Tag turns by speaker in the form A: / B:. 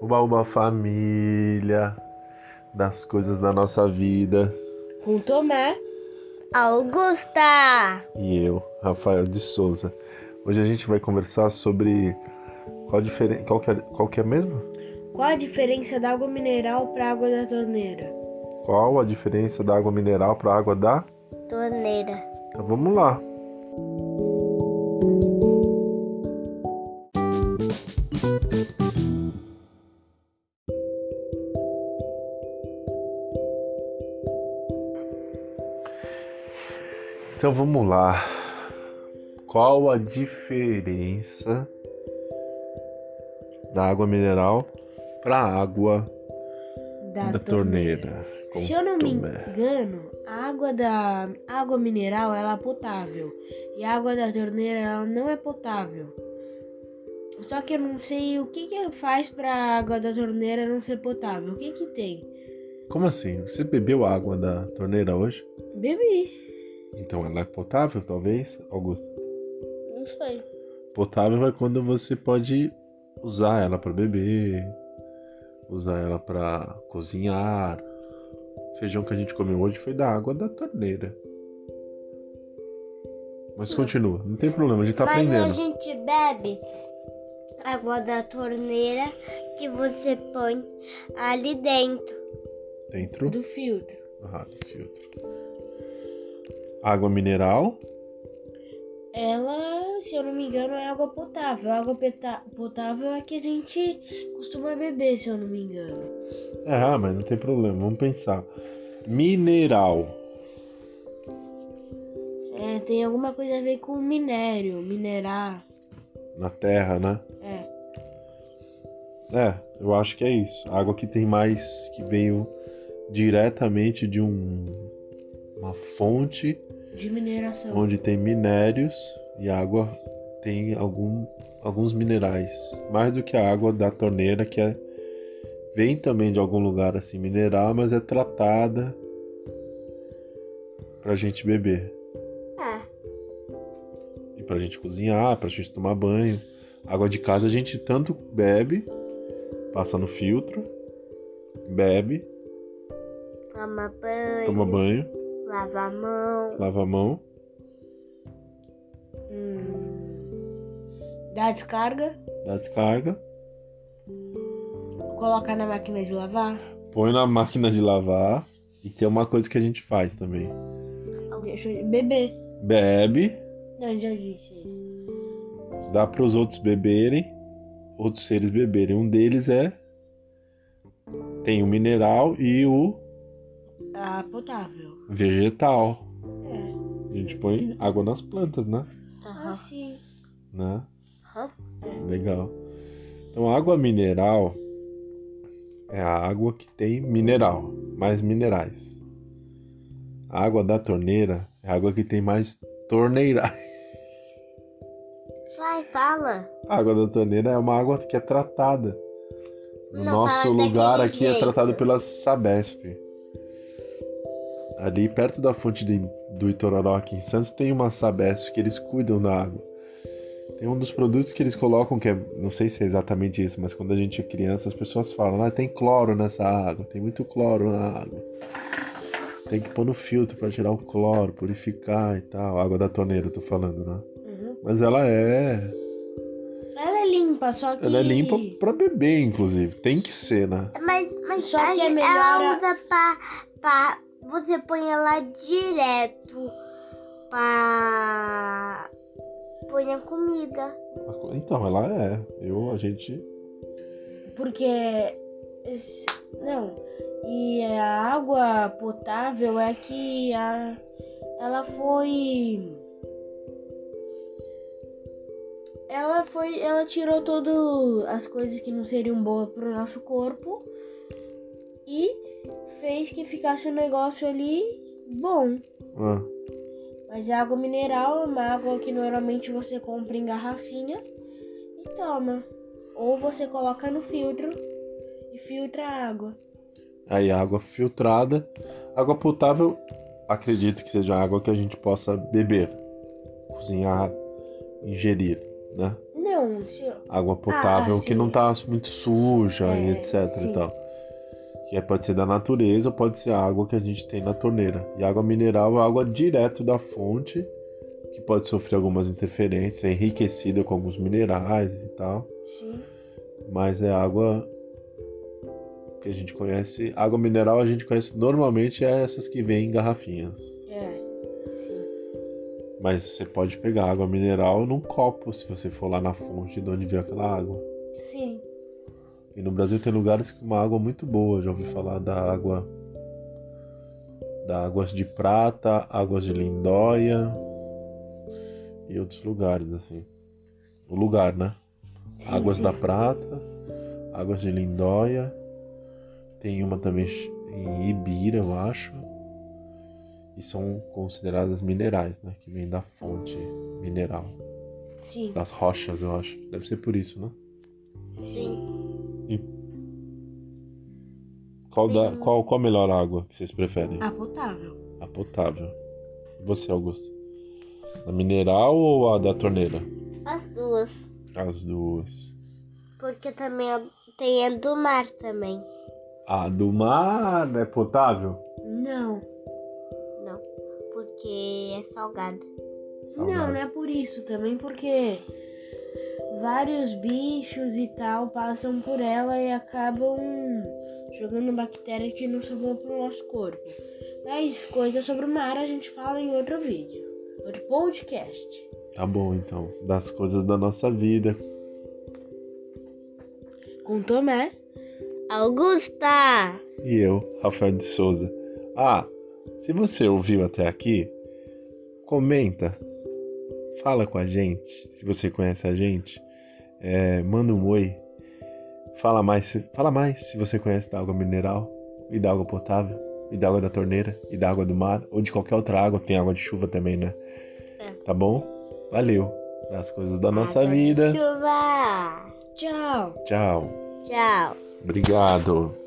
A: uma alma família das coisas da nossa vida.
B: Com Tomé.
C: Augusta!
A: E eu, Rafael de Souza. Hoje a gente vai conversar sobre qual, diferen... qual, que, é... qual que é mesmo?
B: Qual a diferença da água mineral para água da torneira?
A: Qual a diferença da água mineral para água da?
C: Torneira.
A: Então vamos lá. Então vamos lá. Qual a diferença da água mineral para a água da, torneira? Com
B: Se eu não me
A: Tomé.
B: engano, a água da a água mineral ela é potável e a água da torneira ela não é potável. Só que eu não sei o que que faz para a água da torneira não ser potável. O que que tem?
A: Como assim? Você bebeu água da torneira hoje?
B: Bebi.
A: Então ela é potável, talvez, Augusto?
C: Não sei.
A: Potável é quando você pode usar ela para beber, usar ela para cozinhar. O feijão que a gente comeu hoje foi da água da torneira. Mas continua, não tem problema, a gente tá
C: Mas a
A: aprendendo.
C: gente bebe água da torneira que você põe ali dentro.
A: Dentro
B: Do filtro.
A: ah, do filtro. Água mineral,
B: Ela, se eu não me engano, é água potável. A água peta- potável é a que a gente costuma beber, se eu não me engano.
A: Ah, mas não tem problema, vamos pensar. Mineral.
B: É, tem alguma coisa a ver com minério, minerar.
A: Na terra, né?
B: É,
A: É, eu acho que é isso. Água que tem mais que veio diretamente de um uma fonte
B: de mineração.
A: onde tem minérios e a água tem algum, alguns minerais, mais do que a água da torneira que é vem também de algum lugar assim mineral, mas é tratada pra gente beber
C: É.
A: e pra gente cozinhar, pra gente tomar banho. Água de casa a gente tanto bebe, passa no filtro, bebe,
C: Toma banho,
A: toma banho,
C: lava a mão.
A: lava a mão,
B: Hum. Dá descarga,
A: dá descarga,
B: coloca na máquina de lavar,
A: põe na máquina de lavar e tem uma coisa que a gente faz também.
B: deixa eu beber.
A: Bebe,
B: Não, já disse isso.
A: dá para os outros beberem, outros seres beberem. Um deles é tem o mineral e o
B: A Tá potável.
A: vegetal.
B: É.
A: A gente põe água nas plantas, né?
C: Aham.
B: Ah, sim.
A: né?
C: Aham.
A: Legal. Então, a água mineral é a água que tem mineral, mais minerais. A água da torneira é a água que tem mais torneirais.
C: Vai, fala.
A: A água da torneira é uma água que é tratada. No
C: Não,
A: nosso
C: fala
A: lugar
C: daquele
A: aqui é
C: jeito.
A: tratado pela Sabesp. Ali perto da fonte de, do Itororó, aqui em Santos, tem uma Sabesp que eles cuidam da água. Tem um dos produtos que eles colocam, que é, não sei se é exatamente isso, mas quando a gente é criança, as pessoas falam: ah, tem cloro nessa água, tem muito cloro na água. Tem que pôr no filtro para tirar o cloro, purificar e tal. Água da torneira, eu tô falando, né?
B: Uhum.
A: Mas ela é
B: Ela é limpa, só que.
A: ela é limpa pra beber, inclusive. Tem que ser, né?
C: Mas, mas
B: Só
C: a
B: que é
C: gente-
B: melhor
C: ela
B: a-
C: usa pra, pra. Você põe ela direto pra. Põe a comida.
A: Então, ela é. Eu, a gente.
B: Porque. esse- Não. E a água potável é que a... ela foi. Ela foi. Ela tirou todas as coisas que não seriam boas pro nosso corpo e fez que ficasse o negócio ali bom.
A: Ah,
B: Mas a água mineral é uma água que normalmente você compra em garrafinha e toma. Ou você coloca no filtro e filtra a água.
A: Aí, água filtrada. Água potável, acredito que seja água que a gente possa beber, cozinhar, ingerir, né?
B: Não, Não, se...
A: água potável
B: Ah,
A: que
B: sim.
A: não tá muito suja e
B: É,
A: etc
B: sim.
A: e tal. Que é- pode ser da natureza ou pode ser a água que a gente tem na torneira. E água mineral é água direto da fonte, que pode sofrer algumas interferências, é enriquecida com alguns minerais e tal.
B: Sim.
A: Mas é água que a gente conhece. Água mineral a gente conhece normalmente é essas que vêm em garrafinhas.
B: É. Sim.
A: Mas você pode pegar água mineral num copo se você for lá na fonte de onde veio aquela água.
B: Sim.
A: E no Brasil tem lugares com uma água muito boa. Já ouvi falar da água. Da águas de prata, águas de lindóia. E outros lugares, assim. O lugar, né?
B: sim,
A: águas
B: sim.
A: da prata, águas de lindóia. Tem uma também ch- em Ibira, eu acho. E são consideradas minerais, né? Que vem da fonte mineral.
B: Sim.
A: Das rochas, eu acho. Deve ser por isso, né?
B: Sim.
A: Qual, da,
B: um
A: qual, qual a melhor água que vocês preferem?
B: A potável.
A: A potável. E você, Augusto? A mineral ou a da torneira?
C: As duas.
A: As duas.
C: Porque também a- tem a do mar também.
A: A do mar é potável?
B: Não.
C: Não. Porque é salgada.
A: Salgado.
B: Não, não é por isso. Também porque vários bichos e tal passam por ela e acabam jogando bactérias que não são boas pro nosso corpo. Mas coisas sobre o mar a gente fala em outro vídeo. Outro podcast.
A: Tá bom, então. Das coisas da nossa vida.
B: Com Tomé.
C: Augusta!
A: E eu, Rafael de Souza. Ah, se você ouviu até aqui, comenta. Fala com a gente. Se você conhece a gente, é, manda um oi. Fala mais, se- fala mais se você conhece da água mineral e da água potável e da água da torneira e da água do mar ou de qualquer outra água. Tem água de chuva também, né?
C: É.
A: Tá bom? Valeu. Das coisas da nossa
C: Água de
A: vida.
C: Chuva!
B: Tchau.
A: Tchau.
C: Tchau!
A: Obrigado.